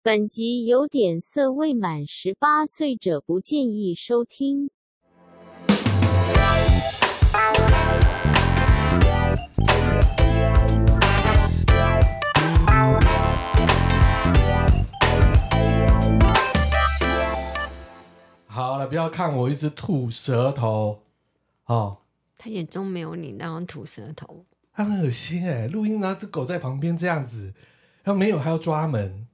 本集有点色，未满十八岁者不建议收听。好了，不要看我一直吐舌头，哦，他眼中没有你那样吐舌头。它很恶心哎、录音然后只狗在旁边这样子，然后没有还要抓门，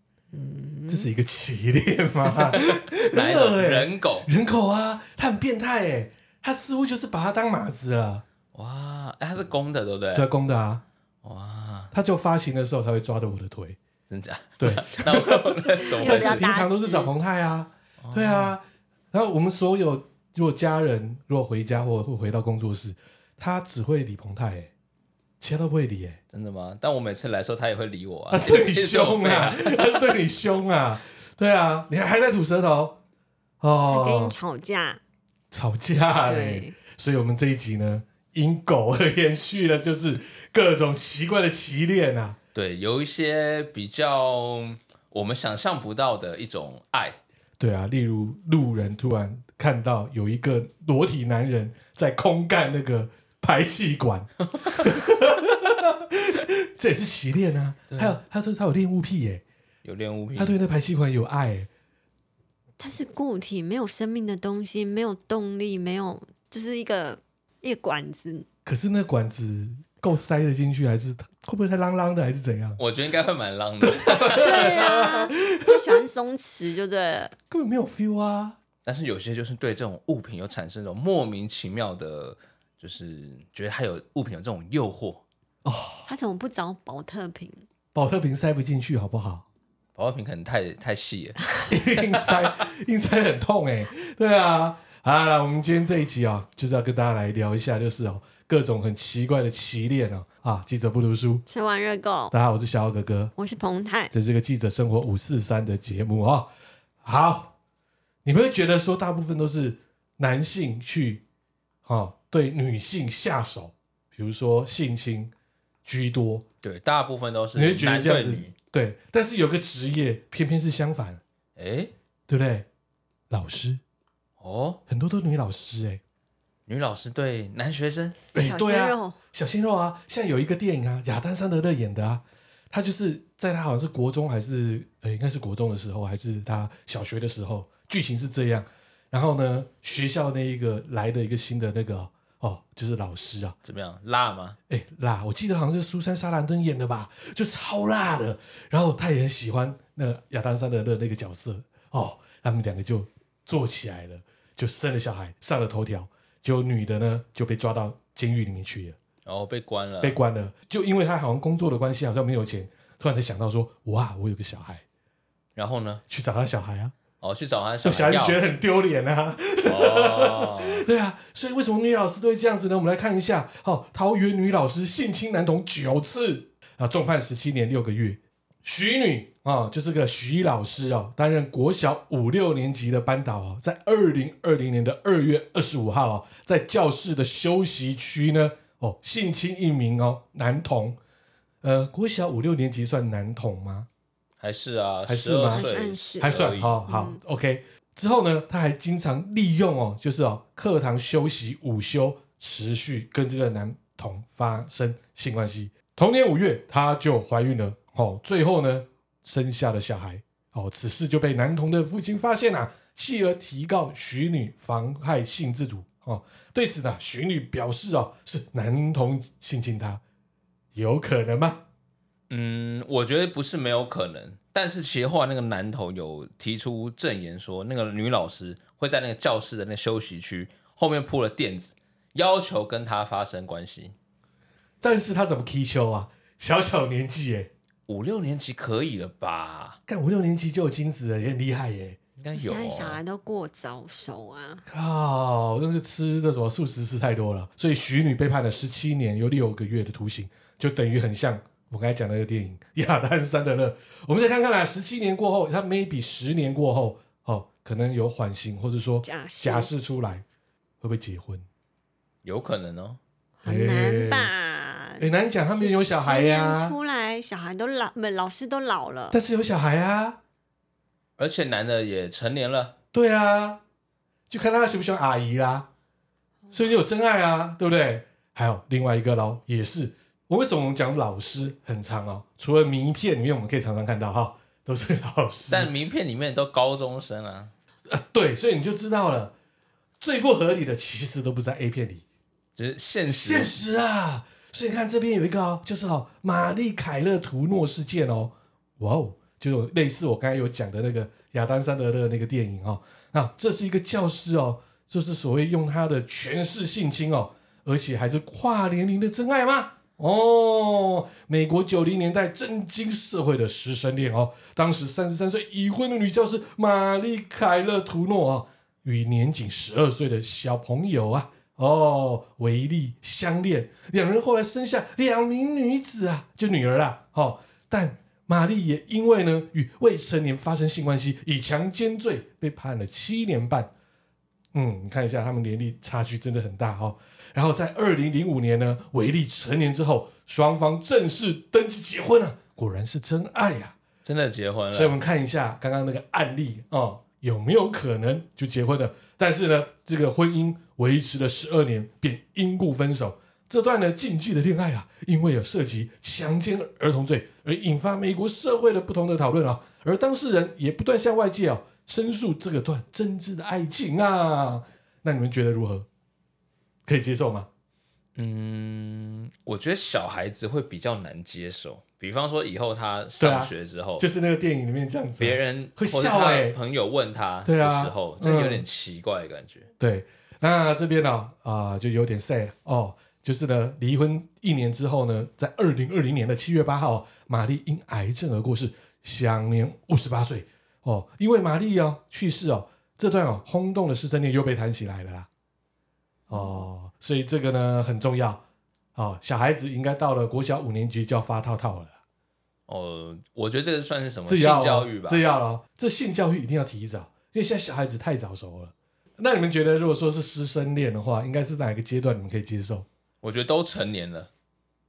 这是一个系列 吗？嗯来真了的欸人狗人口啊，它很变态哎、它似乎就是把它当马子了，哇，哎它是公的对不对？对，公的啊，哇，它就发情的时候才会抓着我的腿，真假？对， 那我那怎么有但比办是较平常都是找彭泰啊，哦对啊，然后我们所有如果家人如果回家或或回到工作室，他只会理彭泰哎、其他都不会理哎、真的吗？但我每次来的时候，它也会理我啊，啊， 对你也是凶我费啊，！他 对你凶啊，对啊，你还还在吐舌头他跟哦哎你，吵架，吵架嘞对。所以我们这一集呢，因狗而延续了，就是各种奇怪的奇恋啊， 对，有一些比较我们想象不到的一种爱，对啊，例如路人突然看到有一个裸体男人在空干那个排气 管，这也是奇恋啊。还有他说他有恋物癖耶、有恋物癖。啊他对那排气管有爱、耶它是固体，没有生命的东西，没有动力，没有，就是一个一个管子。可是那管子够塞得进去，还是会不会太啷啷的，还是怎样？我觉得应该会蛮浪的， 对啊，他喜欢松弛，就对了。根本没有 feel 啊！但是有些就是对这种物品有产生一种莫名其妙的，就是觉得它有物品有这种诱惑。他怎么不找保特瓶？保特瓶塞不进去，好不好？ 保养品可能太太细了，硬塞，硬塞很痛哎、对啊，好啦，我们今天这一集啊，就是要跟大家来聊一下，就是哦，各种很奇怪的奇恋哦啊，记者不读书。吃完热狗，大家好，我是小奥哥哥，我是彭泰，这是个记者生活五四三的节目啊、好，你们会觉得说，大部分都是男性去哦、对女性下手，比如说性侵居多，对，大部分都是你会觉得男这对样子女。对，但是有个职业偏偏是相反，哎，对不对？老师哦，很多都女老师哎、女老师对男学生，哎小对鲜啊，肉，小鲜肉啊，像有一个电影啊，亚当·桑德勒演的啊，他就是在他好像是国中还是呃、应该是国中的时候，还是他小学的时候，剧情是这样。然后呢，学校那一个来的一个新的那个哦，就是老师啊，怎么样？辣吗？哎辣，我记得好像是苏珊·莎兰顿演的吧，就超辣的。然后他也很喜欢那亚当·桑德勒那个角色哦，他们两个就做起来了，就生了小孩，上了头条。结果女的呢就被抓到监狱里面去了，然、后哦被关了被。关了。就因为她好像工作的关系，好像没有钱，突然才想到说，哇，我有个小孩，然后呢？去找他小孩啊。哦，去找他就小小孩就要觉得很丢脸啊，哦，对啊。所以为什么女老师都会这样子呢？我们来看一下，哦，桃园女老师性侵男童九次啊，重判十七年六个月。徐女啊、就是个徐老师哦，担任国小五六年级的班导哦，在二零二零年的二月二十五号哦，在教室的休息区呢，哦，性侵一名哦男童，呃，国小五六年级算男童吗？还是啊，还是12吗岁还是还算而已嗯好、好、o k 之后呢，他还经常利用哦，就是哦，课堂休息、午休，持续跟这个男童发生性关系。同年五月，她就怀孕了，哦，最后呢，生下了小孩。哦，此事就被男童的父亲发现啊，继而提告徐女妨害性自主。哦，对此呢，徐女表示哦，是男童性侵她，哦有可能吗？嗯，我觉得不是没有可能，但是其实后来那个男头有提出证言说，那个女老师会在那个教室的那个休息区后面铺了垫子，要求跟他发生关系。但是她怎么踢球啊？小小年纪耶，五六年级可以了吧？干五六年级就有精子了，也很厉害耶！应该有、现在啊小孩哦。都过早熟啊，靠，那个吃这什么素食吃太多了，所以徐女被判了十七年有六个月的徒刑，就等于很像我刚才讲那个电影《亚当·山德勒》。我们再看看啦，十七年过后，他 maybe 十年过后，哦，可能有缓刑，或者说假释嗯假释出来，会不会结婚？有可能哦，很难吧？很难哎讲，他们有小孩呀、十年出来小孩都老，不老师都老了，但是有小孩啊，而且男的也成年了，对啊，就看他喜不喜欢阿姨啦，是不是有真爱啊？对不对？还有另外一个喽，也是我为什么我们讲老师很长哦？除了名片里面我们可以常常看到哈、都是老师，但名片里面都高中生啊，对，所以你就知道了，最不合理的其实都不在 A 片里，只是现实现实啊。所以你看这边有一个哦，就是哦，玛丽凯勒图诺事件哦，哇哦，就有类似我刚才有讲的那个亚当·桑德勒那个电影哦。那这是一个教师哦，就是所谓用他的权势性侵哦，而且还是跨年龄的真爱吗？哦，美国九零年代震惊社会的师生恋哦，当时三十三岁已婚的女教师玛丽凯勒图诺啊、哦，与年仅十二岁的小朋友啊，哦，维利相恋，两人后来生下两名女子啊，就女儿啦，哦，但玛丽也因为呢与未成年发生性关系，以强奸罪被判了七年半。嗯，你看一下他们年龄差距真的很大哦。然后在二零零五年呢，维利成年之后，双方正式登记结婚了、啊果然是真爱啊呀、真的结婚所以我了，们看一下刚刚那个案例哦，有没有可能就结婚了？但是呢，这个婚姻维持了十二年，便因故分手。这段呢禁忌的恋爱啊，因为有涉及强奸儿童罪，而引发美国社会的不同的讨论啊。而当事人也不断向外界哦申诉这个段真挚的爱情啊。那你们觉得如何？可以接受吗？嗯，我觉得小孩子会比较难接受，比方说以后他上学之后，啊就是那个电影里面这样子啊、别人会或者笑他欸朋友问他对的啊时候，真的有嗯点奇怪的感觉。对，那这边呢啊、就有点 sad 哦，就是呢离婚一年之后呢，在二零二零年的七月八号，玛丽因癌症而过世，享年五十八岁哦。因为玛丽哦去世哦，这段哦轰动的师生恋又被谈起来了啦。哦，所以这个呢很重要哦，小孩子应该到了国小五年级就要发套套了啦。哦，我觉得这个算是什么这性要哦教育吧？这要了哦，这性教育一定要提早，因为现在小孩子太早熟了。那你们觉得，如果说是师生恋的话，应该是哪一个阶段你们可以接受？我觉得都成年了，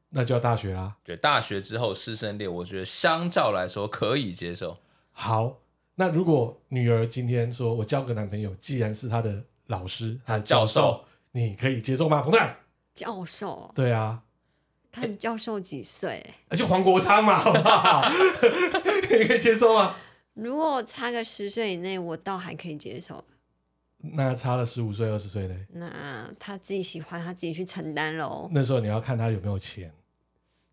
那就要大学啦。对，大学之后师生恋，我觉得相较来说可以接受。好，那如果女儿今天说我交个男朋友，既然是她的老师，她的教教授授，你可以接受吗？彭泰，教授，对啊，看教授几岁？啊就黄国昌嘛，好不好？ 你可以接受吗？如果差个十岁以内，我倒还可以接受。那差了十五岁、二十岁嘞，那他自己喜欢，他自己去承担喽。那时候你要看他有没有钱。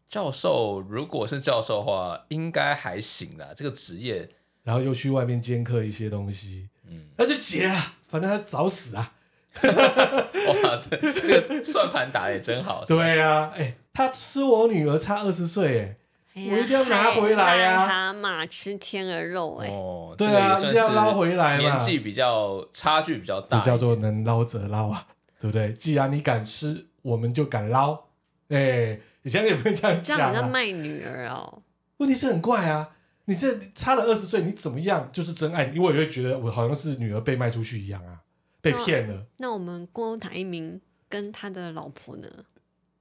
教授如果是教授的话，应该还行啦。这个职业，然后又去外面兼课一些东西，嗯，那就结啊，反正他早死啊。 哇，这这个算盘打的也真好。是吧，对啊，哎、他吃我女儿差二十岁，哎，我我一定要拿回来啊癞蛤蟆吃天鹅肉、哎、哦，对这个也啊算一定要是捞回来嘛年纪比较差距比较这大，叫做能捞则捞啊，对不对？既然你敢吃，我们就敢捞。哎、以前也不能这样这讲、样你在啊。卖女儿哦。问题是很怪啊，你这差了二十岁，你怎么样就是真爱？因为我也会觉得我好像是女儿被卖出去一样啊，被骗了。那我们郭台铭跟他的老婆呢？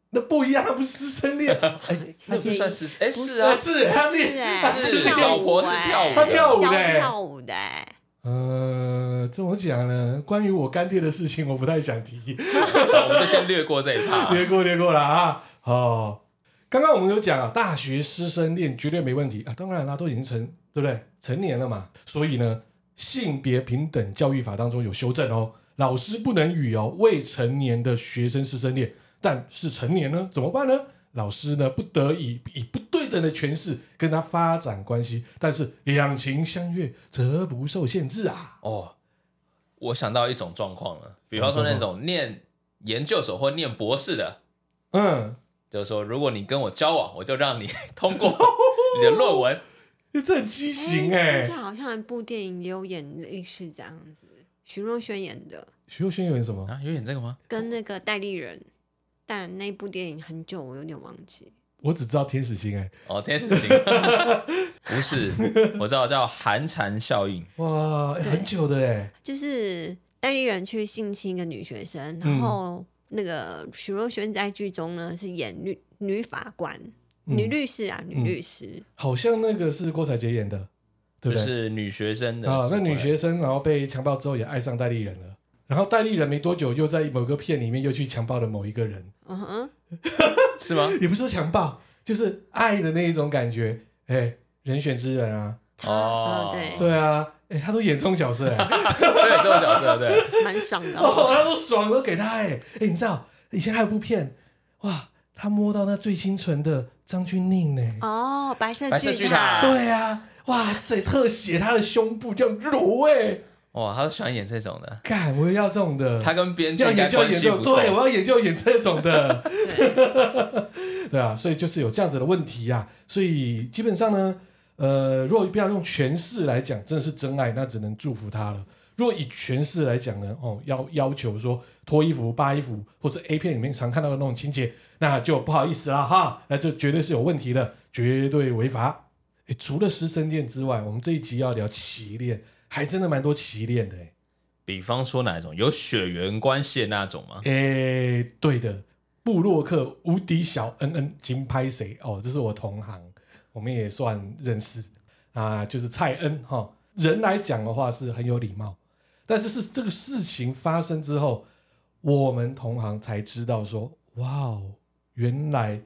那不一样，他不是师生 恋，哎、那不算是哎是啊啊，是他是哎、他是他跳老舞婆哎、是跳舞的他跳舞的哎教跳舞的、哎呃，怎么讲呢？关于我干爹的事情，我不太想提。啊我们就先略过这一趴。略过略过了啊。哦，刚刚我们有讲啊，大学师生恋绝对没问题啊，当然啦，都已经成对不对？成年了嘛，所以呢，性别平等教育法当中有修正哦，老师不能与哦未成年的学生师生恋，但是成年呢怎么办呢？老师呢不得以以不对等的权势跟他发展关系，但是两情相悦则不受限制啊。哦，我想到一种状况了，比方说那种念研究所或念博士的，嗯，就是说，如果你跟我交往，我就让你 通过你的论文。这很畸形哎、之前好像一部电影也有演类似这样子，徐若瑄演的，徐若瑄有点什么？啊，有演这个吗？跟那个戴立人，但那部电影很久，我有点忘记。我只知道天使星哎、哦，天使星不是，我知道叫寒蝉效应。哇，欸对很久的哎，就是戴立人去性侵一个女学生，然后那个许若瑄在剧中呢是演女女法官、嗯女律师啊，女律师。好像那个是郭采洁演的，对不对？就是女学生的啊，那死鬼女学生然后被强暴之后也爱上戴丽人了，然后戴丽人没多久又在某个片里面又去强暴了某一个人，嗯哼，是吗？也不是说强暴，就是爱的那一种感觉，哎、人选之人啊，他哦嗯，对，对啊，哎、他都演这种角色、哎对，这种角色，对，蛮爽的哦。 哦，他都爽都给他、哎，哎、你知道以前还有部片，哇，他摸到那最清纯的张钧甯呢、哦，白色白色巨塔塔，对啊，哇塞，特写他的胸部这样揉哎、哇，他喜欢演这种的，干，我也要这种的，他跟编剧要应该研究关研系究，不错，对，我要研究演这种的。 对，对啊，所以就是有这样子的问题呀、所以基本上呢，呃，如果不要用权势来讲，真的是真爱，那只能祝福他了。如果以权势来讲呢，哦，要要求说脱衣服、扒衣服，或是 A 片里面常看到的那种情节，那就不好意思啦哈，那这绝对是有问题的，绝对违法。诶除了师生恋之外，我们这一集要聊奇恋，还真的蛮多奇恋的诶比方说哪一种有血缘关系的那种吗？诶、对的，布洛克无敌小恩恩金拍谁哦，这是我同行，我们也算认识啊，就是蔡恩哈、人来讲的话是很有礼貌，但是是这个事情发生之后，我们同行才知道说，哇哦，原来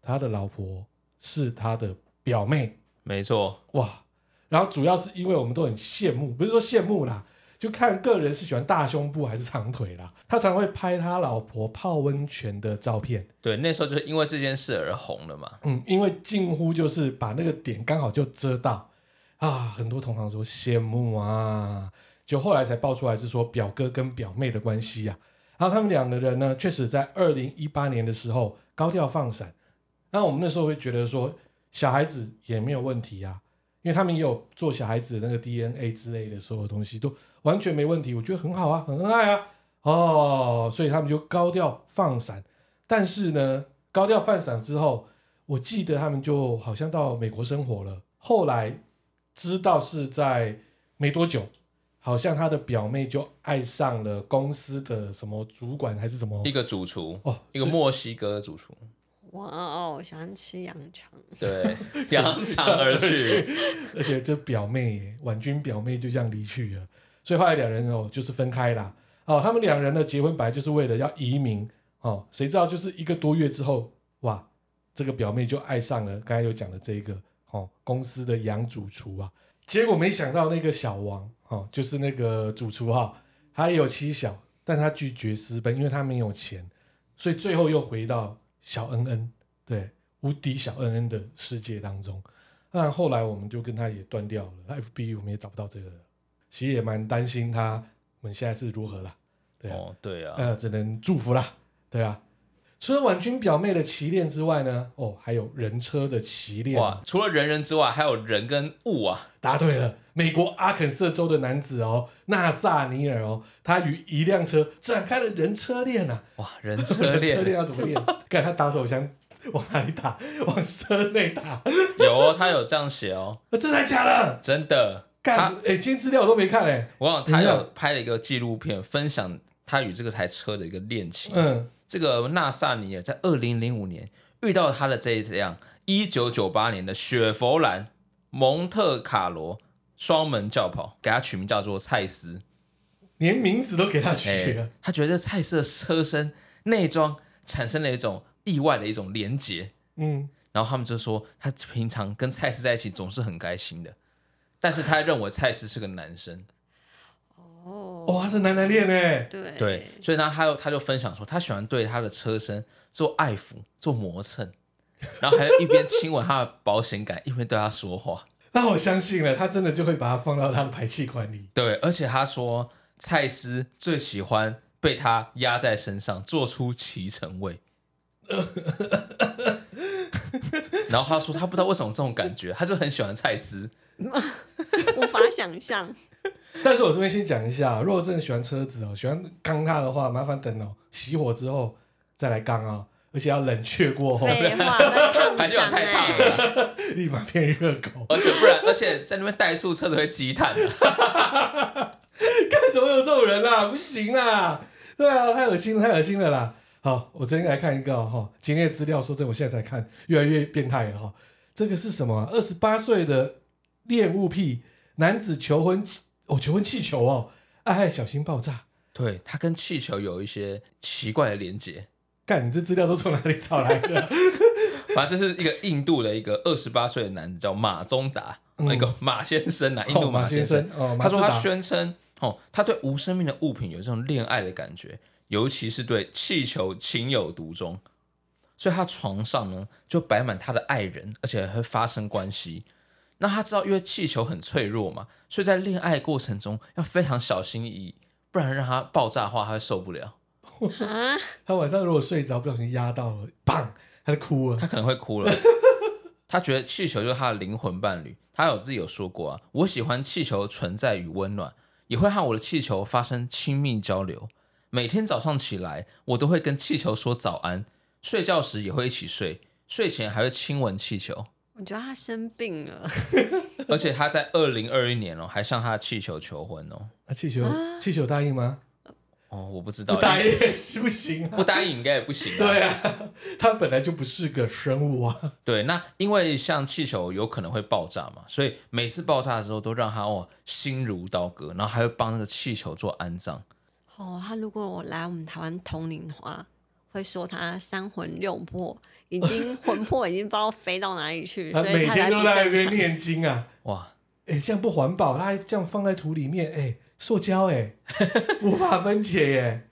他的老婆是他的表妹没错，哇！然后主要是因为我们都很羡慕，不是说羡慕啦，就看个人是喜欢大胸部还是长腿啦。他常会拍他老婆泡温泉的照片，对，那时候就是因为这件事而红了嘛。嗯，因为近乎就是把那个点刚好就遮到啊。很多同行说羡慕啊，就后来才爆出来是说表哥跟表妹的关系呀、然后他们两个人呢，确实在二零一八年的时候高调放闪。那我们那时候会觉得说，小孩子也没有问题啊，因为他们也有做小孩子的那个 DNA 之类的所有东西都完全没问题，我觉得很好啊，很恩爱啊。哦，所以他们就高调放闪。但是呢，高调放闪之后，我记得他们就好像到美国生活了。后来知道是在没多久，好像他的表妹就爱上了公司的什么主管还是什么一个主厨，哦，一个墨西哥主厨，哇哦，喜欢吃羊肠，对，扬长而 去。而且这表妹耶婉君表妹就这样离去了，所以后来两人哦就是分开啦。哦，他们两人呢结婚本来就是为了要移民哦，谁知道就是一个多月之后，哇，这个表妹就爱上了刚才有讲的这一个哦公司的洋主厨啊，结果没想到那个小王哦，就是那个主厨哈、他也有妻小，但他拒绝私奔，因为他没有钱，所以最后又回到小恩恩对无敌小恩恩的世界当中。那后来我们就跟他也断掉了他，FB 我们也找不到这个人，其实也蛮担心他我们现在是如何啦。对啊，哦，对啊，呃，只能祝福啦。对啊，除了婉君表妹的奇恋之外呢，哦，还有人车的奇恋。哇，除了人人之外，还有人跟物啊，答对了，美国阿肯色州的男子哦，纳萨尼尔哦，他与一辆车展开了人车恋啊。哇，人车人车恋恋要怎 么练？看他打手枪往哪里打？往车内 打？有哦，他有这样写哦，呃真的假的？真的，他干，哎、今天资料我都没看哎、我想他等一有拍了一个纪录片，分享他与这个台车的一个恋情。嗯。这个纳萨尼尔啊在二零零五年遇到他的这一辆一九九八年的雪佛兰蒙特卡罗双门轿跑，给他取名叫做蔡斯。连名字都给他取哎、了，他觉得蔡斯的车身内装产生了一种意外的一种连结。嗯，然后他们就说，他平常跟蔡斯在一起总是很开心的，但是他认为蔡斯是个男生。哇，哦，他是男男恋哎，对哦对，所以呢，他又他就分享说，他喜欢对他的车身做爱抚、做磨蹭，然后还有一边亲吻他的保险杆，一边对他说话。那我相信了，他真的就会把它放到他的排气管里。对，而且他说，蔡司最喜欢被他压在身上，做出骑乘位。然后他说，他不知道为什么这种感觉，他就很喜欢蔡司。无法想 象，但是我这边先讲一下，如果真的喜欢车子哦，喜欢刚它的话，麻烦等哦熄火之后再来刚啊，而且要冷却过后，废话，那排烫气管伤太烫哎，了， 立马变热狗。 而且不然，而且在那边怠速，车子会积碳的。 看怎么有这种人啊？不行啦，对啊，太恶心了，太恶心了啦。好，我今天来看一个哦哈、今天的资料说真的，我现在才看，越来越变态了哈、这个是什么啊？二十八岁的恋物癖，男子求婚哦，求婚气球哦，爱爱小心爆炸。对，它跟气球有一些奇怪的连接。干，你这资料都从哪里找来的？反正这是一个印度的一个二十八岁的男子叫马宗达，嗯那个马先生啊，印度哦马先先生哦马他说他自达宣称哦，他对无生命的物品有这种恋爱的感觉，尤其是对气球情有独钟，所以他床上呢就摆满他的爱人，而且还会发生关系。那他知道，因为气球很脆弱嘛，所以在恋爱过程中要非常小心翼翼，不然让它爆炸的话，他会受不了，啊，他晚上如果睡着，不小心压到了，砰，他就哭了。他可能会哭了。 他觉得气球就是他的灵魂伴侣。他有自己有说过啊，我喜欢气球存在与温暖，也会和我的气球发生亲密交流。每天早上起来，我都会跟气球说早安，睡觉时也会一起睡，睡前还会亲吻气球。我觉得他生病了，而且他在二零二一年哦，还向他的气球求婚哦。那啊气球，气球答应吗？哦，我不知道，不答应也是不行不啊。答应应该也不行、啊。对啊，他本来就不是个生物啊。对，那因为像气球有可能会爆炸嘛，所以每次爆炸的时候都让他哦心如刀割，然后还会帮那个气球做安葬。哦，他如果我来我们台湾通灵的话，会说他三魂六魄，已 经魂魄已经不知道飞到哪里去，他所以每他天才都不在那边正常。念经啊。哇，哎、这样不环保，它还这样放在土里面，哎、塑胶哎、无法分解耶、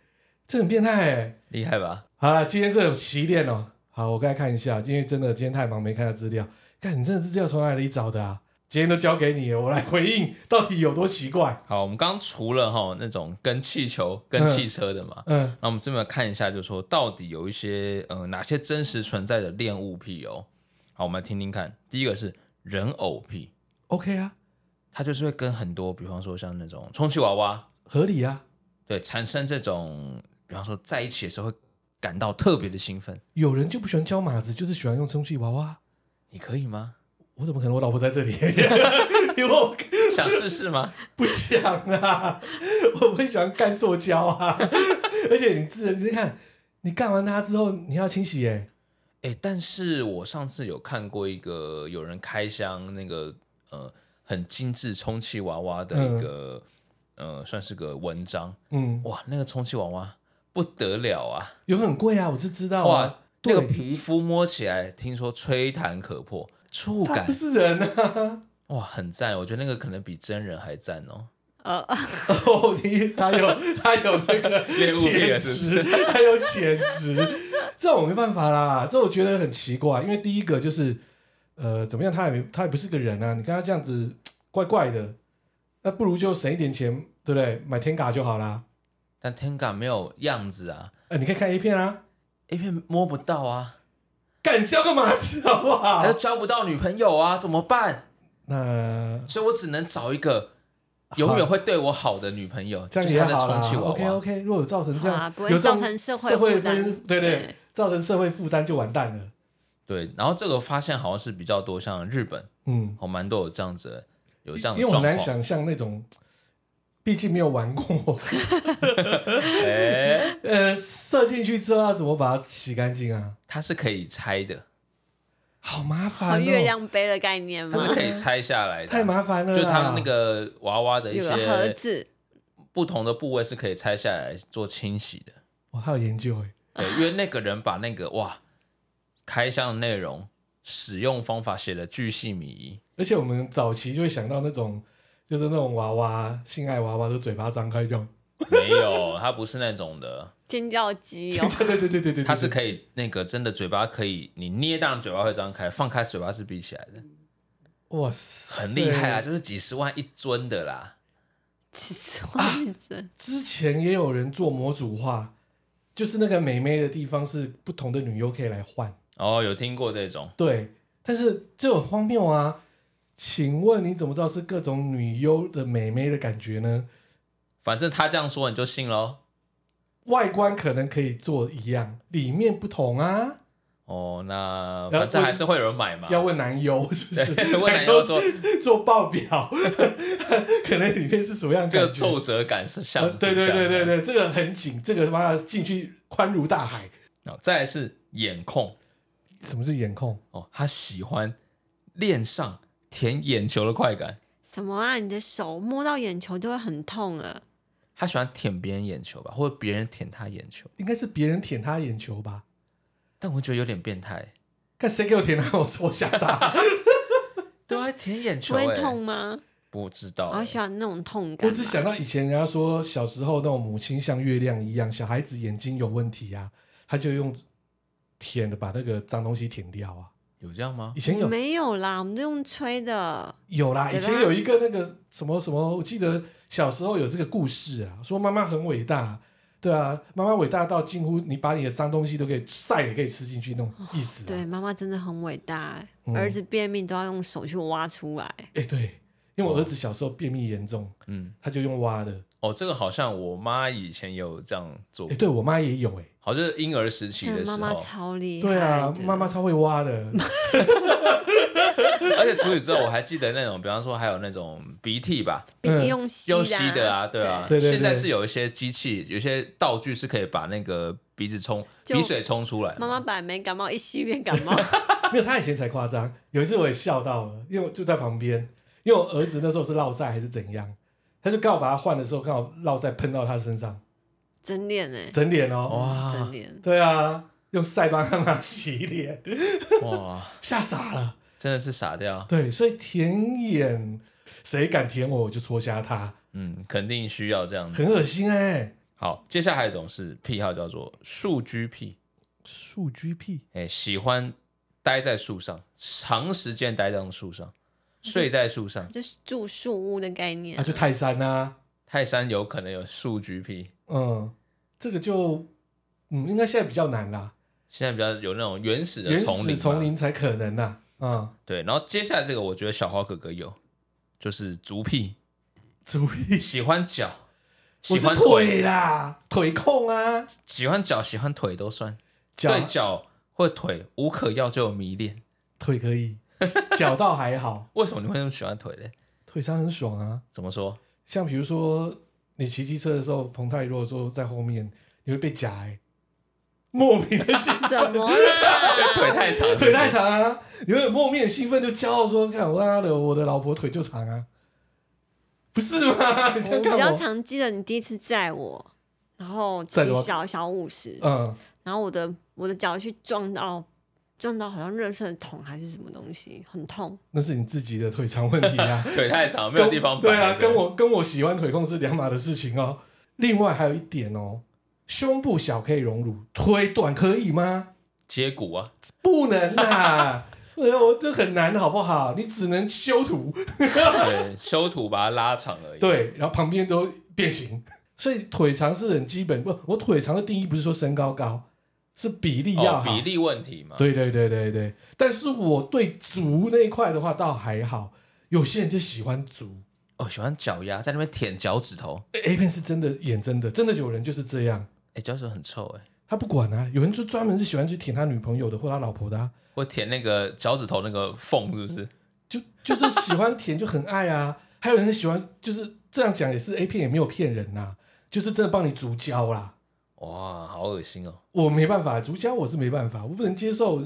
这很变态哎、厉害吧？好了，今天这有奇恋哦。好，我再看一下，因为真的今天太忙没看到资料。看你这资料从哪里找的啊？今天都交给你了，我来回应到底有多奇怪。好，我们刚刚除了哈、那种跟气球、跟汽车的嘛，嗯，那我们这边看一下，就是说到底有一些呃哪些真实存在的恋物癖哦。好，我们来听听看。第一个是人偶癖， OK 啊，他就是会跟很多，比方说像那种充气娃娃，合理啊，对，产生这种，比方说在一起的时候会感到特别的兴奋。有人就不喜欢教马子，就是喜欢用充气娃娃。你可以吗？我怎么可能？我老婆在这里， 因为我想试试 吗？不想啊， 我不喜欢干塑胶啊。而且你自你看，你干完它之后，你要清洗耶、哎、但是我上次有看过一个有人开箱那个呃很精致充气娃娃的一个、呃算是个文章，嗯，哇，那个充气娃娃不得了啊！有很贵啊，我是知道哇啊。，对那个皮肤摸起来听说吹弹可破，触它感不是人啊！哇很赞，我觉得那个可能比真人还赞哦。呃，哦，你它 有它有那个猎物癖潜了是质，它有潜质，这我没办法啦，这我觉得很奇怪，因为第一个就是呃，怎么样，他也没他也不是个人啊，你跟他这样子怪怪的，那不如就省一点钱，对不对？买天嘎就好啦。但 Tenga 没有样子啊呃，你可以看 A 片啊， ，A 片摸不到啊，敢交个马子好不好他就？交不到女朋友啊，怎么办？那所以我只能找一个永远会对我好的女朋友，这就样是也她好的啦充气娃 OK 娃。 OK，如果有造成这好样啦，啊不会有这种造成社会社会负担分，对对对，造成社会负担就完蛋了。对，然后这个发现好像是比较多，像日本嗯，哦，蛮多有这样子的，有这样因为的我状很难况。想象那种，毕竟没有玩过，哎，呃，射进去之后要怎么把它洗干净啊？它是可以 拆的，好麻和烦呃月哦，亮杯的概念它吗是？可以拆下来的。啊太麻烦了啦。就它那个娃娃的一有个盒些子，不同的部位是可以拆下来做清洗的。哇，我还有研究哎，对，因为那个人把那个哇开箱的内容、使用方法写的巨细靡遗。而且我们早期就会想到那种，就是那种娃娃，性爱娃娃都嘴巴张开这样，没有，它不是那种的。尖 叫鸡哦对，对对对对对对，它是对可以那个真的嘴巴可以，你捏当然嘴巴会张开，放开嘴巴是闭起来的，哇塞，很厉害啦，啊就是几十万一尊的啦。其实啊万子，之前也有人做模组化，就是那个美眉的地方是不同的女优可以来换，哦，有听过这种，对，但是这很荒谬啊！请问你怎么知道是各种女优的美眉的感觉呢？反正他这样说你就信喽。外观可能可以做一样，里面不同啊。哦，那要反正还是会有人买嘛。要问男优 是不是？啊对 问男友说 做报表， 可能里面是什么样的这感个觉皱褶感是像、嗯呃 对对对对对。对，这个很紧，这个妈的进去宽如大海。哦，再来是眼控什么是眼控？哦，他喜欢恋上舔眼球的快感，什么啊？你的手摸到眼球就会很痛了。他喜欢舔别人眼球吧，或者别人舔他眼球，应该是别人舔他眼球吧？但我觉得有点变态。看谁给我舔他，我戳下他。对啊，舔眼不球、欸、会痛吗？不知道、欸我好喜欢那种痛感我吧。只想到以前人家说小时候那种母亲像月亮一样，小孩子眼睛有问题啊，他就用舔的把那个脏东西舔掉啊。有这样吗以？前有哦没有啦，我们都用吹的。有啦，以对吧前有一个那个什么什么，我记得小时候有这个故事啊，说妈妈很伟大，对啊，妈妈伟大到近乎你把你的脏东西都可以晒也可以吃进去那种意思、啊。对，妈妈真的很伟大，嗯儿子便秘都要用手去挖出来。哎、对，因为我儿子小时候便秘严重，嗯，他就用挖的。哦，这个好像我妈以前有这样做哎、哦过，对我妈也有哎、好像是婴儿时期真的的，时妈候，妈超厉害对啊的，妈妈超会挖的。而且除此之后，我还记得那种，比方说还有那种鼻涕吧，嗯用吸用吸的啊啊，对啊，对对对现在是有一些机器，有一些道具是可以把那个鼻子冲就鼻水冲出来。妈妈本来没感冒，一吸变感 冒。没有，他以前才夸张。有一次我也笑到了，因为我就在旁边，因为我儿子那时候是落晒还是怎样，他就刚好把他换的时候，刚好落晒喷到他身上，真恋哎、整脸哦。真哇恋，对啊，用晒帮他妈洗脸，哇，吓傻了。真的是傻掉，对，所以舔眼，谁敢舔我，我就戳瞎他，嗯，肯定需要这样子。很恶心哎、好，接下来还有一种是癖好叫做树居癖，树居屁，哎、喜欢待在树上，长时间待在树上，睡在树上。就是住树屋的概念 啊，。就泰山呐、泰山有可能有树居癖，嗯，这个就，嗯，应该现在比较难啦，现在比较有那种原始的原丛林始嘛，丛林才可能呐、啊， 对，然后接下来这个，我觉得小豪哥哥有，就是足癖，足屁，喜欢脚，我喜是欢腿，啦，腿控啊，喜欢脚，喜欢腿都算，脚对脚或腿无可药就有迷恋。腿可 以，脚倒还好，为什么你会那么喜欢腿嘞？腿伤很爽啊。怎么说？ 像比如说你骑机车的时候，彭泰如果说在后面，你会被夹 哎、莫名的兴奋，怎么啊啦？腿太长，腿太，长啊，你会莫名的兴奋，就骄傲说：“看我妈的，我的老婆腿就长啊，不是吗？”你这我样比看较我，常记得你第一次载我，然后骑载多小小五十，嗯，然后我的我的脚去撞到撞到好像热色桶还是什么东西，很痛。那是你自己的腿长问题啊，腿太长，没跟有地方摆。对啊，跟我跟我喜欢腿控是两码的事情哦。另外还有一点哦，胸部小可以荣辱，腿短可以吗？接骨 啊，不能 呐、呃，我这很难，好不好？你只能修图，对，修图把它拉长而已。，对，然后旁边都变形，所以腿长是很基本。不，我腿长的定义不是说身高高，是比例要哦，好。比例问题嘛。，对对对对对。但是我对足那一块的话倒还好，有些人就喜欢足。哦，喜欢脚丫，在那边舔脚趾头，诶 A 片是真的，演真的，真的有人就是这样，哎，脚趾头很臭哎，他不管啊。有人就专门是喜欢去舔他女朋友的或他老婆的、啊，或舔那个脚趾头那个缝，是不是？就就是喜欢甜就很爱啊。 还有人喜欢，就是这样讲也是 A 片也没有骗人呐、啊就是真的帮你足交啦。哇，好恶心哦。我没办法，足交我是没办法，我不能接受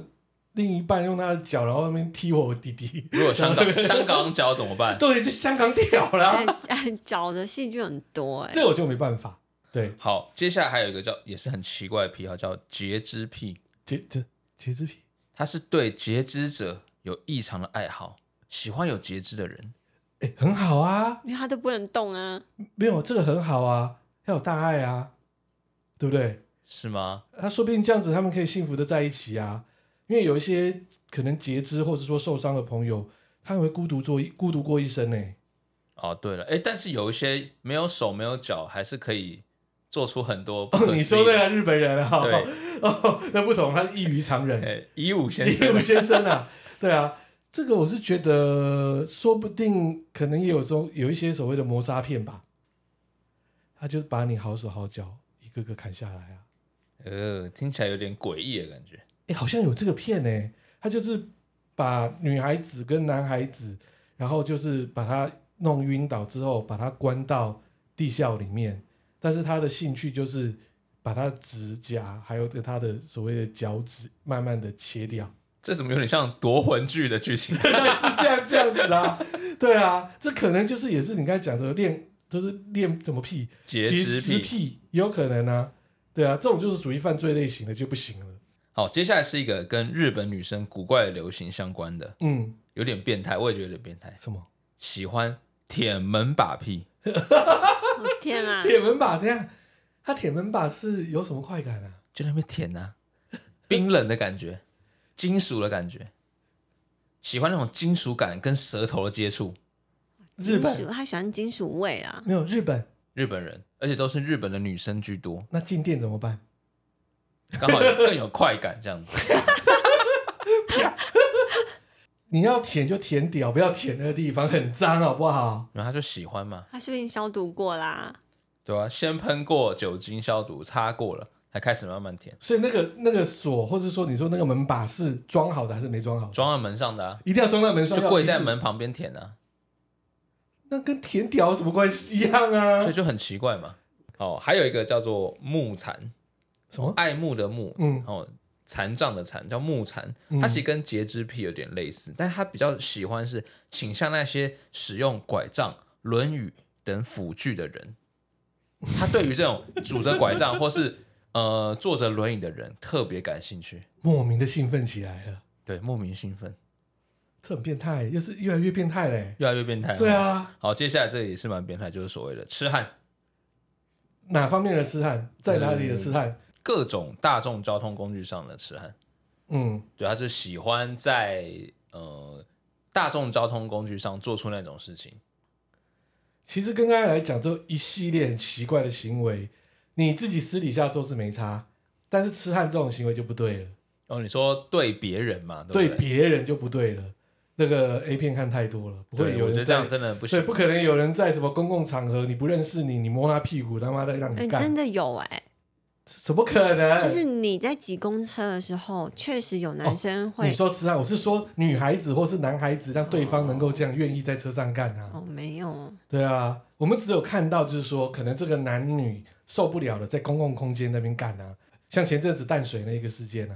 另一半用他的脚然后那边踢我弟弟，如果 香 港香港脚怎么办？对，就香港屌啦啊哎，哎，脚的细菌很多哎、这我就没办法。对，好，接下来还有一个叫也是很奇怪的癖好，叫截肢癖，截这截肢癖，它是对截肢者有异常的爱好，喜欢有截肢的人。哎、很好啊，因为它都不能动啊。没有这个很好啊，要有大爱啊，对不对？是吗？他说不定这样子他们可以幸福的在一起啊，因为有一些可能截肢或者说受伤的朋友，他们会孤独做一孤独过一生呢、哦，对了，哎，但是有一些没有手没有脚，还是可以做出很多不哦，可你思说议的的。啊日本人啊、对哦，那不同，他是异于常人，哎，以武先 异生武，先生啊，对啊，这个我是觉得说不定可能也有中有一些所谓的磨砂片吧，他就把你好手好脚一个个砍下来啊，呃，听起来有点诡异的感觉。哎、好像有这个片呢、他就是把女孩子跟男孩子，然后就是把他弄晕倒之后，把他关到地窖里面，但是他的兴趣就是把他的指甲还有他的所谓的脚趾慢慢的切掉， 这怎么有点像夺魂剧的剧 情？原来是这样这样子啊，对啊，这可能就是也是你刚才讲的恋，就是恋怎么屁截肢肢癖。癖，也有可能啊，对啊，这种就是属于犯罪类型的就不行了，好，接下来是一个跟日本女生古怪的流行相关的，嗯，有点变态，我也觉得有点变态，什么喜欢舔门把屁。我天啊，铁门把这样，他铁门把是有什么快感啊？就在那边舔啊，冰冷的感觉，金属的感觉，喜欢那种金属感跟舌头的接触。日金本属，他喜欢金属味啊，没有日本，日本人，而且都是日本的女生居多，那进店怎么办？刚好有更有快感这样子。你要舔就舔屌，不要舔那个地方很脏，好不好？然后他就喜欢嘛，他是不是已经消毒过啦？对吧、先喷过酒精消毒，擦过了，才开始慢慢舔，所以那个那个锁，或者说你说那个门把是装好的还是没装好的？装在门上的、啊，一定要装在门上，就要跪仪在式门旁边舔啊，那跟舔屌有什么关系一样啊所以？就很奇怪嘛。哦，还有一个叫做木蝉，什么？爱慕的慕，嗯然后残障的残叫木残嗯，它其实跟截肢癖有点类似，但它比较喜欢是倾向那些使用拐杖、轮椅等辅具的人。他对于这种拄着拐 杖或是呃坐着轮椅的人特别感兴趣，莫名的兴奋起来了，对，莫名兴奋，这很变态，又是越来越变态嘞。越来越变态。对，啊，好，接下来这个也是蛮变态，就是所谓的痴汉，哪方面的痴汉，在哪里的痴汉？各种大众交通工具上的痴汉。嗯，对，他就喜欢在呃大众交通工具上做出那种事情。其实跟刚才来讲，这一系列很奇怪的行为，你自己私底下做是没差，但是痴汉这种行为就不对了，哦，你说对别人嘛，对不对对别人就不对了。那个 A 片看太多了，不会对，有我人觉得这样在，真的不对，行。不可能有人在什么公共场合，你不认识你，你摸他屁股，他妈的让哎、你嗯干哎真，的有哎、怎么可能？就是你在挤公车的时候，确实有男生会你说痴汉，我是说女孩子或是男孩子，让对方能够这样愿意在车上干啊。哦，没有，对啊，我们只有看到就是说，可能这个男女受不了了，在公共空间那边干啊。像前阵子淡水那一个事件啊，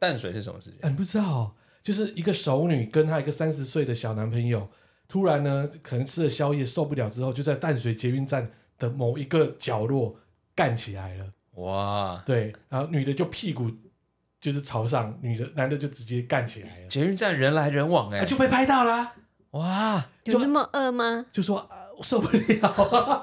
淡水是什么事啊情？你不知道哦，就是一个熟女跟她一个三十岁的小男朋友，突然呢，可能吃了宵夜受不了之后，就在淡水捷运站的某一个角落干起来了。哇，对，然后女的就屁股就是朝上，女的男的就直接干起来了，捷运站人来人往哎、啊、就被拍到啦、哇，有那么饿吗？就说、啊、我受不了、 啊。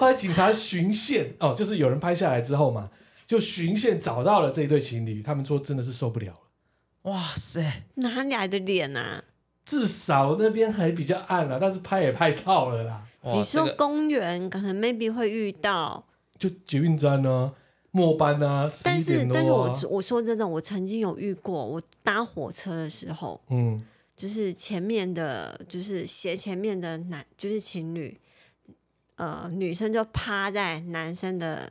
后来警察巡线哦，就是有人拍下来之后嘛，就巡线找到了这一对情侣，他们说真的是受不了了。哇塞，哪里来的脸啊？至少那边还比较暗了、但是拍也拍到了啦，哇你说这个公园可能 maybe 会遇到，就捷运站呢、末班啊，但11是点多但是啊我我说真的，我曾经有遇过，我搭火车的时候，嗯，就是前面的，就是斜前面的男，就是情侣，呃，女生就趴在男生的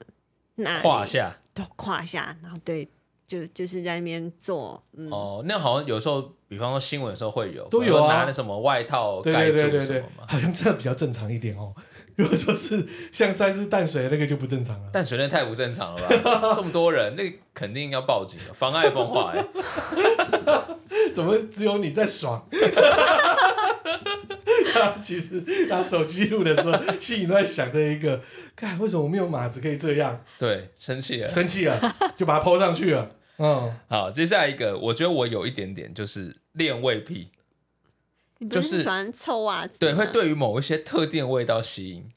那里胯，下对，胯下，然后对，就就是在那边做，嗯，哦，那好像有时候，比方说新闻的时候会有，都有啊比方说拿那什么外套对盖对对住对什对么，嘛。好像这比较正常一点哦。如果说是像三是淡水那个就不正常了，淡水那太不正常了吧？ 这么多人，那个肯定要报警了，妨碍风化、哎怎么只有你在爽？ 他其实拿手机录的时候，心里都在想这一个，看为什么我没有码子可以这样，对，生气了。生气了就把它抛上去了。嗯，好，接下来一个，我觉得我有一点点就是恋味癖，你不就是喜欢臭袜子吗，对，会对于某一些特定味道吸引，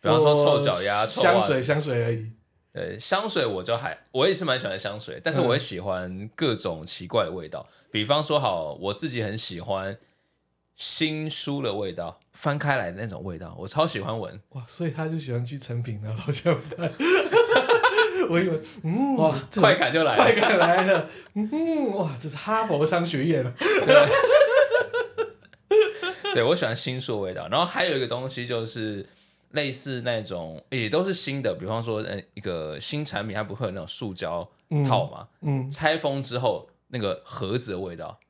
比方说臭脚丫、臭袜香子水、香水而已。对，香水我就还我也是蛮喜欢香水，但是我也喜欢各种奇怪的味道，比方说好，我自己很喜欢新书的味道，翻开来的那种味道，我超喜欢闻。哇，所以他就喜欢去成品的老乡饭。 我以为，嗯，哇，这快感就来快了，感来了，嗯，哇，这是哈佛商学院啊了。 对我喜欢新书的味道。然后还有一个东西就是类似那种也都是新的，比方说嗯一个新产品，它不会有那种塑胶套嘛，嗯， 拆封之后那个盒子的味道，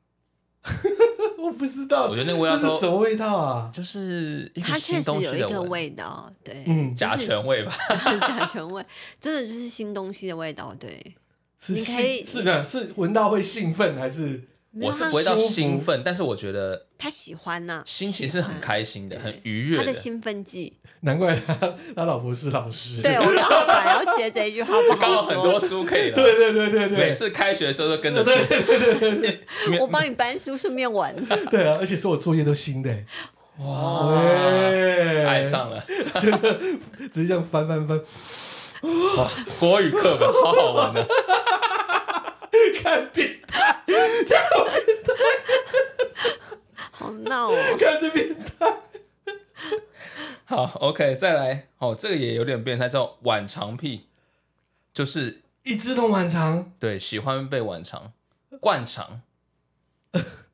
我不知道，我觉得那个味道这是什都么味道啊？就是一个它确新实东有西一的个闻，味道，对， 嗯就是甲醛味吧。甲醛味，真的就是新东西的味道，对，是你可兴以是的，是闻到会兴奋还是？没有我是他不会到舒服兴奋，但是我觉得他喜欢呐、心情是很开心的，喜欢很愉悦嗯他的兴奋剂。 难怪他他老婆是老师。 对，我刚好本来要接这一句话，不刚好好很多说。书可以了。对对对对每对，次开学的时候都跟着去。我帮你搬书，顺便 玩。对啊，而且所有作业都新的欸，哦哇，喂爱，上了真的直接这样翻翻翻，国语课本，好好玩的。啊看变态，好闹哦！看这边好，OK，再来。哦，这个也有点变态，叫晚长癖，就是一只通晚肠，对喜欢被晚长、灌肠。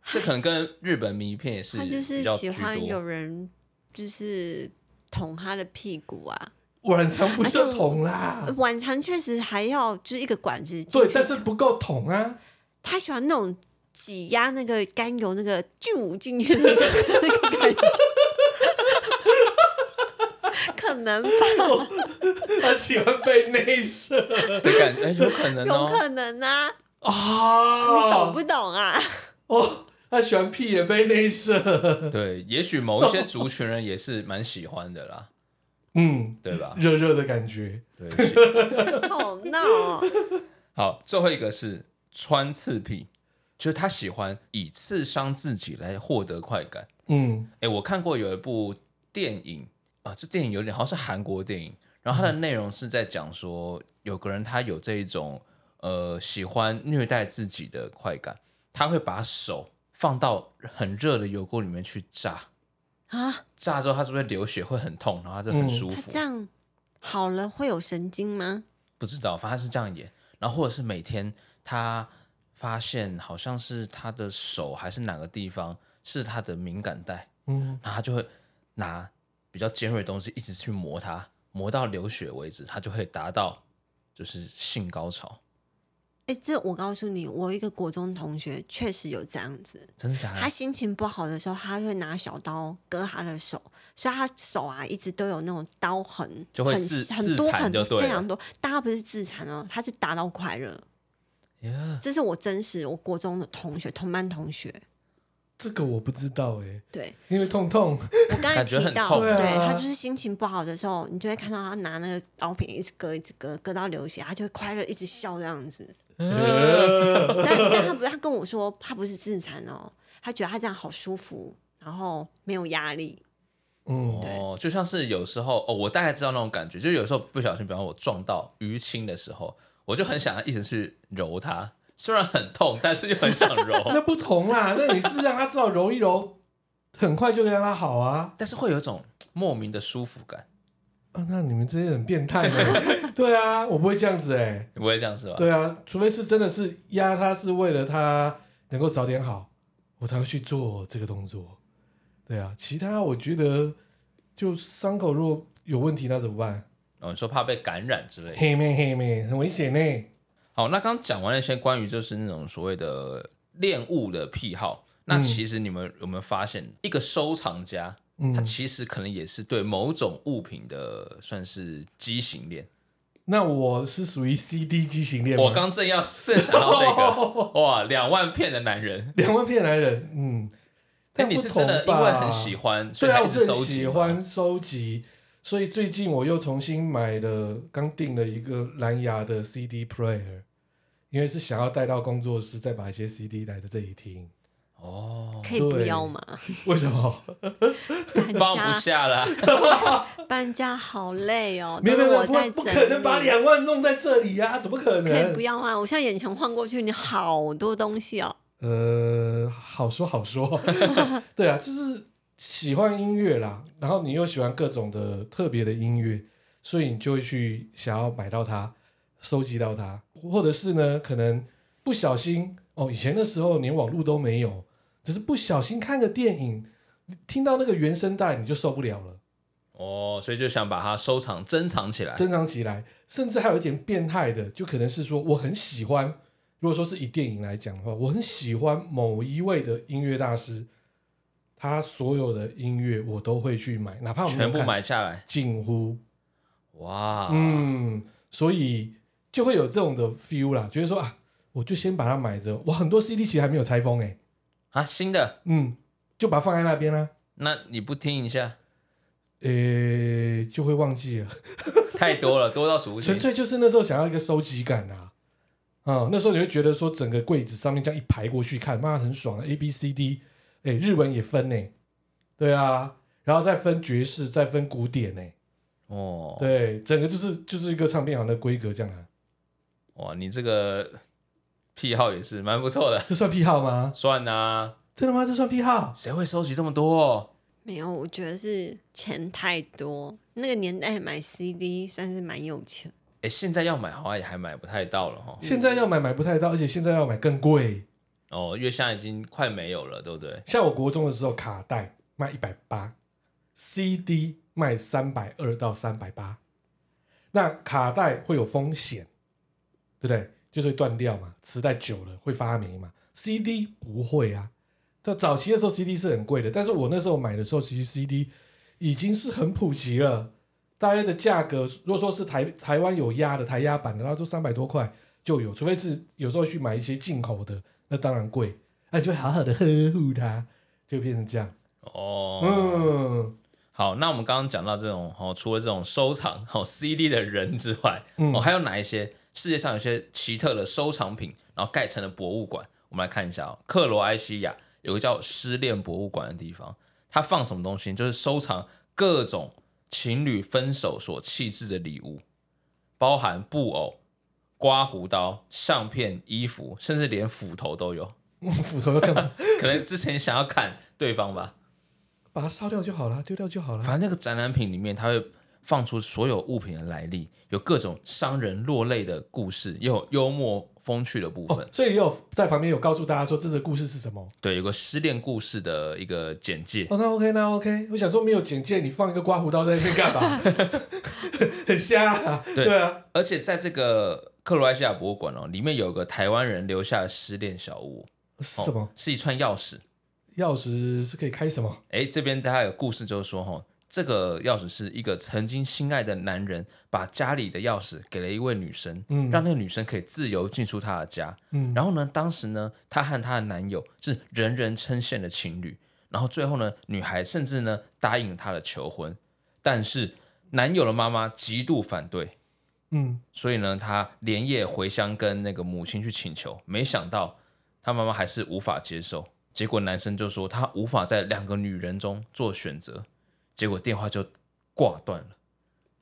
这可能跟日本迷片也是 他就是比较喜居欢有多。人就是捅他的屁股啊。晚肠不哎是桶啦，晚餐确实还要就是一个管子进去，对，但是不够桶啊，他喜欢那种挤压那个甘油那个就进去的那个那个感觉，可能吧，他喜欢被内射对，感 哎，有可 能有哦。可能啊，哦你懂啊，不懂啊？哦，他喜欢屁眼被内射，对，也许某一些族群人也是蛮喜欢的啦，嗯，对吧？热热的感觉，对，好闹哦，好，最后一个是穿刺癖，就是他喜欢以刺伤自己来获得快感。嗯，哎，我看过有一部电影啊、这电影有点好像是韩国电影，然后嗯它的内容是在讲说，有个人他有这一种呃喜欢虐待自己的快感，他会把手放到很热的油锅里面去炸，啊，炸之后他是不是流血会很痛，然后他就很嗯舒他服。这样好了会有神经吗？不知道，反正他是这样演。然后或者是每天他发现好像是他的手还是哪个地方是他的敏感带，嗯，然后他就会拿比较尖锐的东西一直去磨它，磨到流血为止，他就会达到就是性高潮。哎、这我告诉你，我一个国中同学确实有这样子，真的假他的？心情不好的时候，他会拿小刀割他的手，所以他手啊一直都有那种刀痕，就会很自很多自残很就对了非常多。但他不是自残哦，他是达到快 乐。呀这是我真实我国中的同学，同班同学。这个我不知道哎，对因为痛痛，我刚才感觉提很到，痛对啊对他就是心情不好的时候，你就会看到他拿那个刀片一直割，一直割，割到流血，他就会快乐一直笑这样子。 呃但但他不，他跟我说他不是自残哦，他觉得他这样好舒服，然后没有压力。嗯，哦，就像是有时候哦，我大概知道那种感觉，就有时候不小心，比方我撞到淤青的时候，我就很想要一直去揉它，虽然很痛，但是又很想揉。 那不同 啦，那你是让他至少揉一揉，很快就可以让他好啊。但是会有一种莫名的舒服感，啊，那你们这些人变态 呢？对啊，我不会这样子哎、你不会这样是吧？对啊，除非是真的是压他是为了他能够早点好，我才会去做这个动作。对啊，其他我觉得就伤口如果有问题那怎么办？哦，你说怕被感染之类的。嘿妹嘿妹，很危险欸呢、好，那刚讲完了一些关于就是那种所谓的恋物的癖好，嗯那其实你们有没有发现，一个收藏家他嗯，其实可能也是对某种物品的算是畸形恋。那我是属于 CD 畸形恋吗，我刚正要正想到这 个，哇，两万片的男人。两万片男人，嗯，但但你不是真的同因吧为很喜欢，对所以啊，他我一直是收很集喜嘛欢收集，所以最近我又重新买了，刚订了一个蓝牙的 CD player，因为是想要带到工作室，再把一些 CD 来在这里听。哦，可以不对 要吗？为什么？哦搬放不家，下啦。搬家好累哦。没有没都有是没有，不我在不整可能理把两万弄在这里呀、怎么可可以不能？要啊！我现在眼前晃过去，你好多东西哦。呃，好说好说， 对啊，就是喜欢音乐啦，然后你又喜欢各种的特别的音乐，所以你就会去想要买到它，收集到它，或者是呢，可能不小心哦，以前的时候连网络都没有，只是不小心看个电影，听到那个原声带你就受不了了。 哦，所以就想把它收藏、珍藏起来。珍藏起来，甚至还有一点变态的，就可能是说我很喜欢。如果说是以电影来讲的话，我很喜欢某一位的音乐大师，他所有的音乐我都会去买，哪怕我没有全部看，买下来，近乎哇，嗯嗯，所以就会有这种的 feel 啦，觉得说啊，我就先把它买着，我很多 CD 其实还没有拆封哎、啊，新的，嗯，就把它放在那边啦、那你不听一下，呃、就会忘记了，太多了，多到数不纯清。粹就是那时候想要一个收集感啊。啊、那时候你会觉得说，整个柜子上面这样一排过去看，妈很爽啊！A B C D，哎、日文也分呢、对啊，然后再分爵士，再分古典呢、哦，对，整个就是就是一个唱片行的规格这样啊，哇，你这个癖好也是蛮不错的。 这算癖好吗？算啊，真的吗？这算癖好？谁会收集这么多？没有，我觉得是钱太多。那个年代买 CD 算是蛮有钱，哎，现在要买好像也还买不太到了哈。现在要买买不太到，而且现在要买更贵。哦，月下已经快没有了，对不对？像我国中的时候，卡带卖一百八，CD 卖三百二到三百八。那卡带会有风险，对不对？就是会断掉嘛，磁带久了会发霉嘛。CD 不会啊。但早期的时候 CD 是很贵的，但是我那时候买的时候，其实 CD 已经是很普及了。大约的价格，如果说是台台湾有压的台压版的，然后就三百多块就有，除非是有时候去买一些进口的，那当然贵。那哎就好好的呵护它，就变成这样。哦，嗯，好，那我们刚刚讲到这种哦，除了这种收藏哦 CD 的人之外，嗯哦，还有哪一些世界上有些奇特的收藏品，然后盖成了博物馆？我们来看一下哦，克罗埃西亚有个叫失恋博物馆的地方，它放什么东西？就是收藏各种情侣分手所弃置的礼物，包含布偶、刮胡刀、相片、衣服，甚至连斧头都有。嗯斧头要干嘛？ 可能之前想要砍对方吧，把它烧掉就好了，丢掉就好了。反正那个展览品里面，它会放出所有物品的来历，有各种商人落泪的故事，也有幽默风趣的部分。哦，所以也有在旁边有告诉大家说这个故事是什么。对，有个失恋故事的一个简介。哦，那 OK，那 OK。我想说没有简介，你放一个刮胡刀在那边干嘛？ 很瞎、啊。对对啊，而且在这个克罗埃西亚博物馆哦，里面有个台湾人留下的失恋小物，是哦、什么？是一串钥匙。钥匙是可以开什么？哎，这边它有故事，就是说哈、哦，这个钥匙是一个曾经心爱的男人把家里的钥匙给了一位女生，嗯让那个女生可以自由进出他的家。嗯，然后呢，当时呢，她和她的男友是人人称羡的情侣。然后最后呢，女孩甚至呢答应了他的求婚，但是男友的妈妈极度反对，嗯，所以呢，她连夜回乡跟那个母亲去请求。没想到她妈妈还是无法接受，结果男生就说他无法在两个女人中做选择，结果电话就挂断了，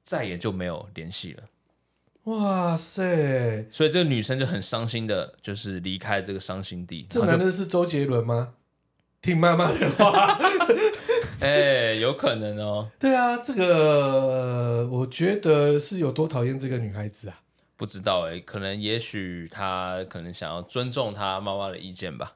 再也就没有联系了。哇塞，所以这个女生就很伤心的，就是离开这个伤心地。这然后就男的是周杰伦吗？听妈妈的话。 哎、有可能哦，对啊，这个我觉得是有多讨厌这个女孩子啊。不知道哎、可能也许他可能想要尊重他妈妈的意见吧。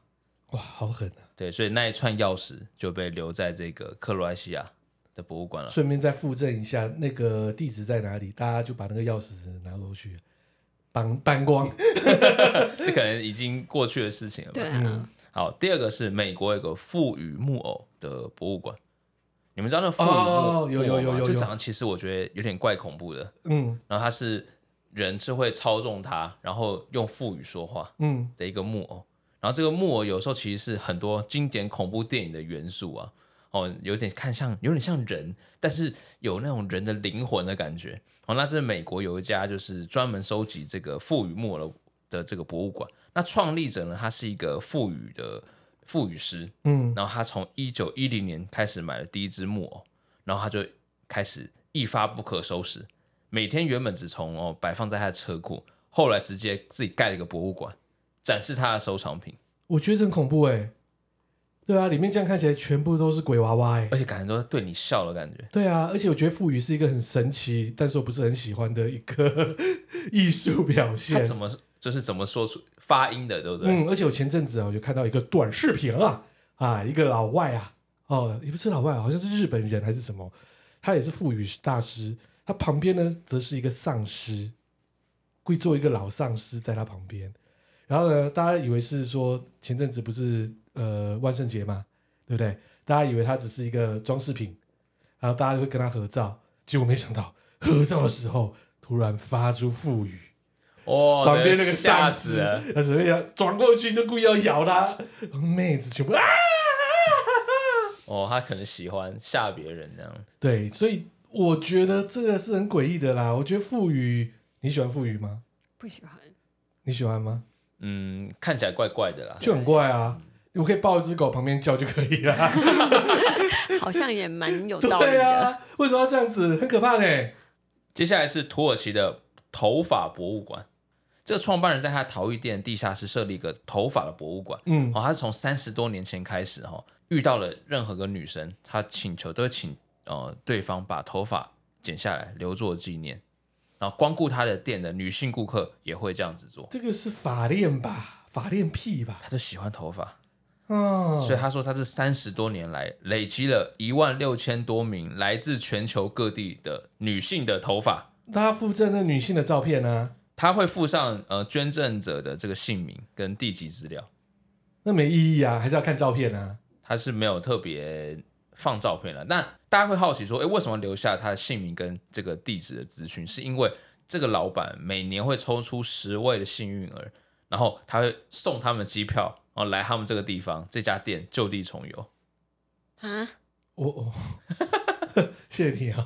哇，好狠啊！对，所以那一串钥匙就被留在这个克罗埃西亚的博物馆了。顺便再附赠一下，那个地址在哪里？大家就把那个钥匙拿过去，搬搬光。这可能已经过去的事情了吧对。啊，好，第二个是美国有个富羽木偶的博物馆，你们知道那个富羽木偶、哦有有有木偶吗有有就长得其实我觉得有点怪恐怖的。嗯然后它是人是会操纵它，然后用富语说话。嗯，的一个木偶。然后这个木偶有时候其实是很多经典恐怖电影的元素啊，哦，有点看像有点像人，但是有那种人的灵魂的感觉。哦，那这美国有一家就是专门收集这个富语木偶的这个博物馆。那创立者呢，他是一个富语的富语师，嗯，然后他从一九一零年开始买了第一只木偶，然后他就开始一发不可收拾，每天原本只从哦摆放在他的车库，后来直接自己盖了一个博物馆，展示他的收藏品，我觉得很恐怖哎、对啊，里面这样看起来全部都是鬼娃娃哎、而且感觉都对你笑的感觉。对啊，而且我觉得赋予是一个很神奇，但是我不是很喜欢的一个 艺术表他现。怎么就是怎么说出发音的，对不对？嗯，而且我前阵子啊，我就看到一个短视频啊，啊，一个老外啊，哦，也不是老外，好像是日本人还是什么，他也是赋予大师，他旁边呢则是一个丧尸，会做一个老丧尸在他旁边，然后呢，大家以为是说前阵子不是呃万圣节嘛，对不对？大家以为他只是一个装饰品，然后大家会跟他合照，结果没想到合照的时候突然发出赋予。哇，旁边真那的个哦吓丧死尸了，，他随便要转过去就故意要咬他，妹子全部啊！哦，他可能喜欢吓别人这样。对，所以我觉得这个是很诡异的啦。我觉得腹语，你喜欢腹语吗？不喜欢。你喜欢吗？嗯，看起来怪怪的啦。就很怪啊。我可以抱一只狗旁边叫就可以 了，好像也蛮有道理对的。啊，为什么要这样子？很可怕呢、接下来是土耳其的头发博物馆，这个创办人在他陶艺店地下室设立一个头发的博物馆。嗯哦，他是从三十多年前开始哈、哦，遇到了任何个女生，他请求都会请呃对方把头发剪下来留作纪念。然后光顾他的店的女性顾客也会这样子做，这个是法恋吧？法恋屁吧？他就喜欢头发，嗯，所以他说他是三十多年来累积了一万六千多名来自全球各地的女性的头发，他附赠那女性的照片啊，他会附上呃捐赠者的这个姓名跟地籍资料，那没意义啊，还是要看照片啊。他是没有特别放照片了。那大家会好奇说，诶，为什么留下他的姓名跟这个地址的资讯？是因为这个老板每年会抽出十位的幸运儿，然后他会送他们机票，然后来他们这个地方这家店就地重游。啊，我、 哦，谢谢你啊。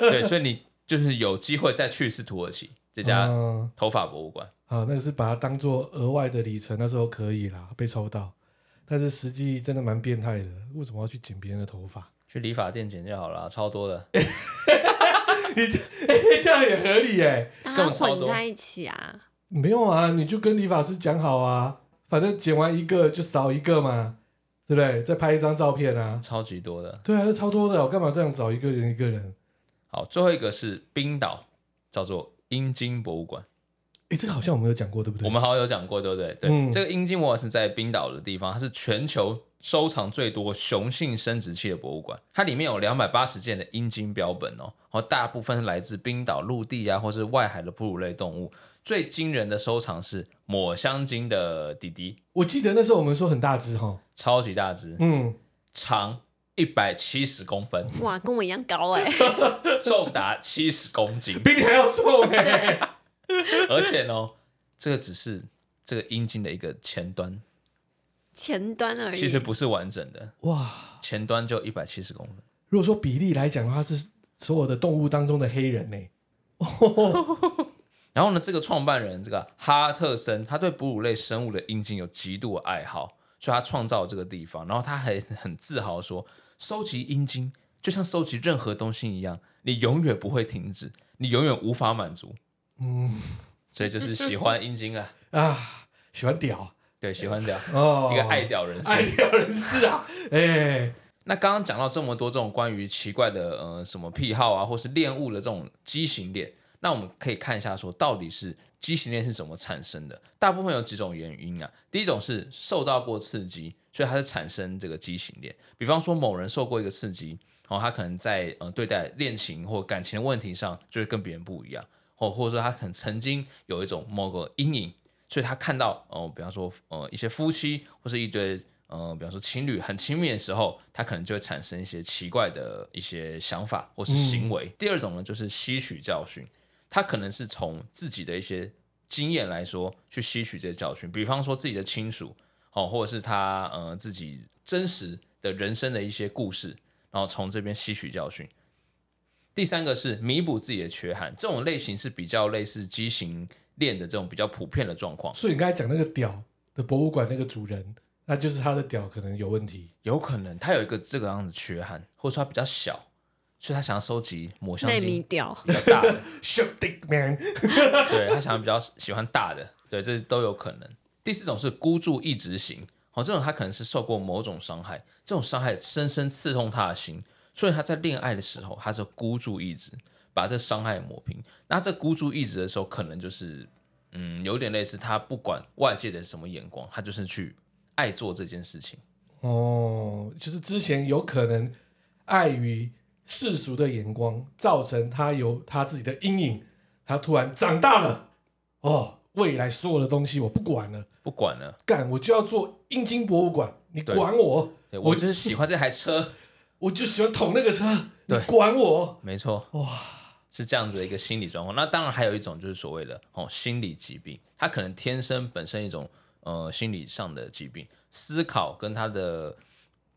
对，所以你就是有机会再去一次土耳其这家嗯头发博物馆。啊，那个是把它当做额外的里程，那时候可以啦，被抽到。但是实际真的蛮变态的，为什么要去剪别人的头发？去理发店剪就好了啊，超多的。你这、 这样也合理耶、大根家本超混多在一起啊，没有啊，你就跟理发师讲好啊，反正剪完一个就少一个嘛，对不对？再拍一张照片啊。超级多的。对啊，这超多的，我干嘛这样找一个人一个人？好，最后一个是冰岛，叫做阴茎博物馆。诶，这个好像我们有讲过，对不对？我们好像有讲过，对不对？对，嗯这个阴茎博物馆是在冰岛的地方，它是全球收藏最多雄性生殖器的博物馆。它里面有两百八十件的阴茎标本哦，然后大部分是来自冰岛陆地啊，或是外海的哺乳类动物。最惊人的收藏是抹香鲸的弟弟，我记得那时候我们说很大只哈，超级大只，嗯，长一百七十公分，哇，跟我一样高 哎、重达七十公 斤。比你还要重哎、而且呢，这个只是这个阴茎的一个前端，前端而已。其实不是完整的，哇，前端就一百七十公分。如果说比例来讲的话，是所有的动物当中的黑人呢、然后呢，这个创办人这个哈特森，他对哺乳类生物的阴茎有极度的爱好，所以他创造了这个地方。然后他还很自豪地说，收集阴茎就像收集任何东西一样，你永远不会停止，你永远无法满足。嗯所以就是喜欢阴茎啊，啊，喜欢屌对，喜欢屌，哦，一个爱屌人士。爱屌人士啊，哎、那刚刚讲到这么多这种关于奇怪的呃什么癖好啊，或是恋物的这种畸形恋，那我们可以看一下说到底是畸形恋是怎么产生的？大部分有几种原因啊。第一种是受到过刺激，所以它是产生这个畸形恋。比方说某人受过一个刺激，然后他可能在呃对待恋情或感情的问题上就会跟别人不一样，哦或或者说他可能曾经有一种某个阴影，所以他看到呃，比方说呃一些夫妻或是一堆呃，比方说情侣很亲密的时候，他可能就会产生一些奇怪的一些想法或是行为。第二种呢，就是吸取教训，他可能是从自己的一些经验来说去吸取这些教训，比方说自己的亲属哦，或者是他呃自己真实的人生的一些故事，然后从这边吸取教训。第三个是弥补自己的缺憾，这种类型是比较类似畸形恋的这种比较普遍的状况，所以你刚才讲那个屌的博物馆那个主人，那就是他的屌可能有问题。有可能他有一个这个样的缺憾，或者说他比较小，所以他想要收集抹香内米鲸屌，比较大的， Shut dick man，对他想要比较喜欢大的，对，这都有可能。第四种是孤注一掷型，好、这种他可能是受过某种伤害，这种伤害深深刺痛他的心，所以他在恋爱的时候，他是孤注一掷，把这伤害抹平。那这孤注一掷的时候，可能就是，嗯，有点类似他不管外界的什么眼光，他就是去爱做这件事情。哦，就是之前有可能碍于世俗的眼光，造成他有他自己的阴影，他突然长大了，哦，未来所有的东西我不管了，不管了，干我就要做阴茎博物馆，你对管我，对我就是喜欢这台车，我就喜欢捅那个车，你对管我，没错，哇，是这样子的一个心理状况。那当然还有一种就是所谓的哦心理疾病，他可能天生本身一种呃心理上的疾病，思考跟他的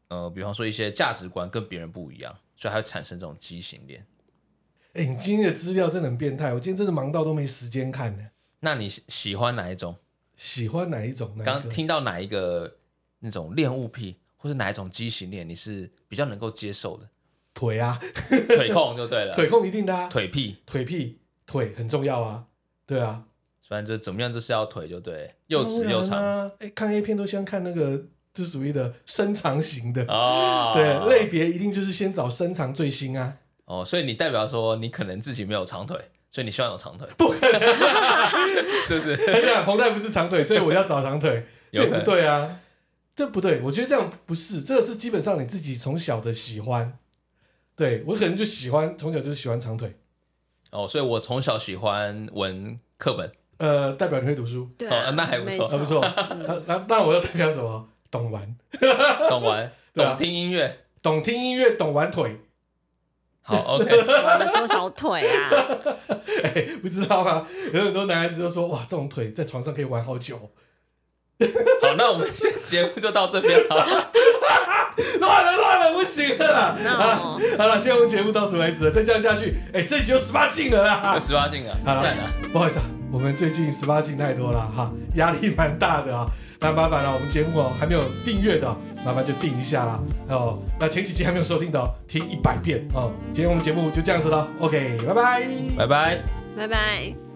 呃，比方说一些价值观跟别人不一样，所以他会产生这种畸形恋。哎、你今天的资料真的很变态，我今天真的忙到都没时间看呢。那你喜喜欢哪一种？喜欢哪一种？哪一刚个听到哪一个那种恋物癖，或是哪一种畸形恋，你是比较能够接受 的？腿啊，腿控就对了，腿控一定的啊，腿癖，腿屁腿很重要啊，对啊，反正就是怎么样，就是要腿就对了，又直当又然长啊。哎、看 A 片都先看那个，就属于的身长型的，哦，对，类别一定就是先找身长最新啊。哦，所以你代表说你可能自己没有长腿，所以你希望有长腿，不可能， 是不是？他讲彭泰不是长腿，所以我要找长腿，这 有也可能不对啊，这不对，我觉得这样不是，这个是基本上你自己从小的喜欢。对我可能就喜欢，从小就喜欢长腿，哦，所以我从小喜欢闻课本，呃，代表你会读书，对哦啊，那还不没 错还不错。那那那我要代表什么？懂玩，懂玩， 对啊懂听音乐。懂听音乐，懂玩腿， 好，OK，玩了多少腿啊？哎，不知道吗？有很多男孩子都说，哇，这种腿在床上可以玩好久。 好，那我们现在节目就到这边了。 乱了乱了，不行了啦！啊 No 好了，今天我们节目到此为止了，再这样下去，哎、这一集有十八禁了 啦！十八禁好啊，了赞啊！不好意思啊，我们最近十八禁太多了啊哈，压力蛮大的啊。那麻烦了，我们节目哦还没有订阅的哦，麻烦就订一下啦。哦，那前几集还没有收听的哦，听一百遍哦。今天我们节目就这样子了，OK，拜拜。拜拜。拜拜。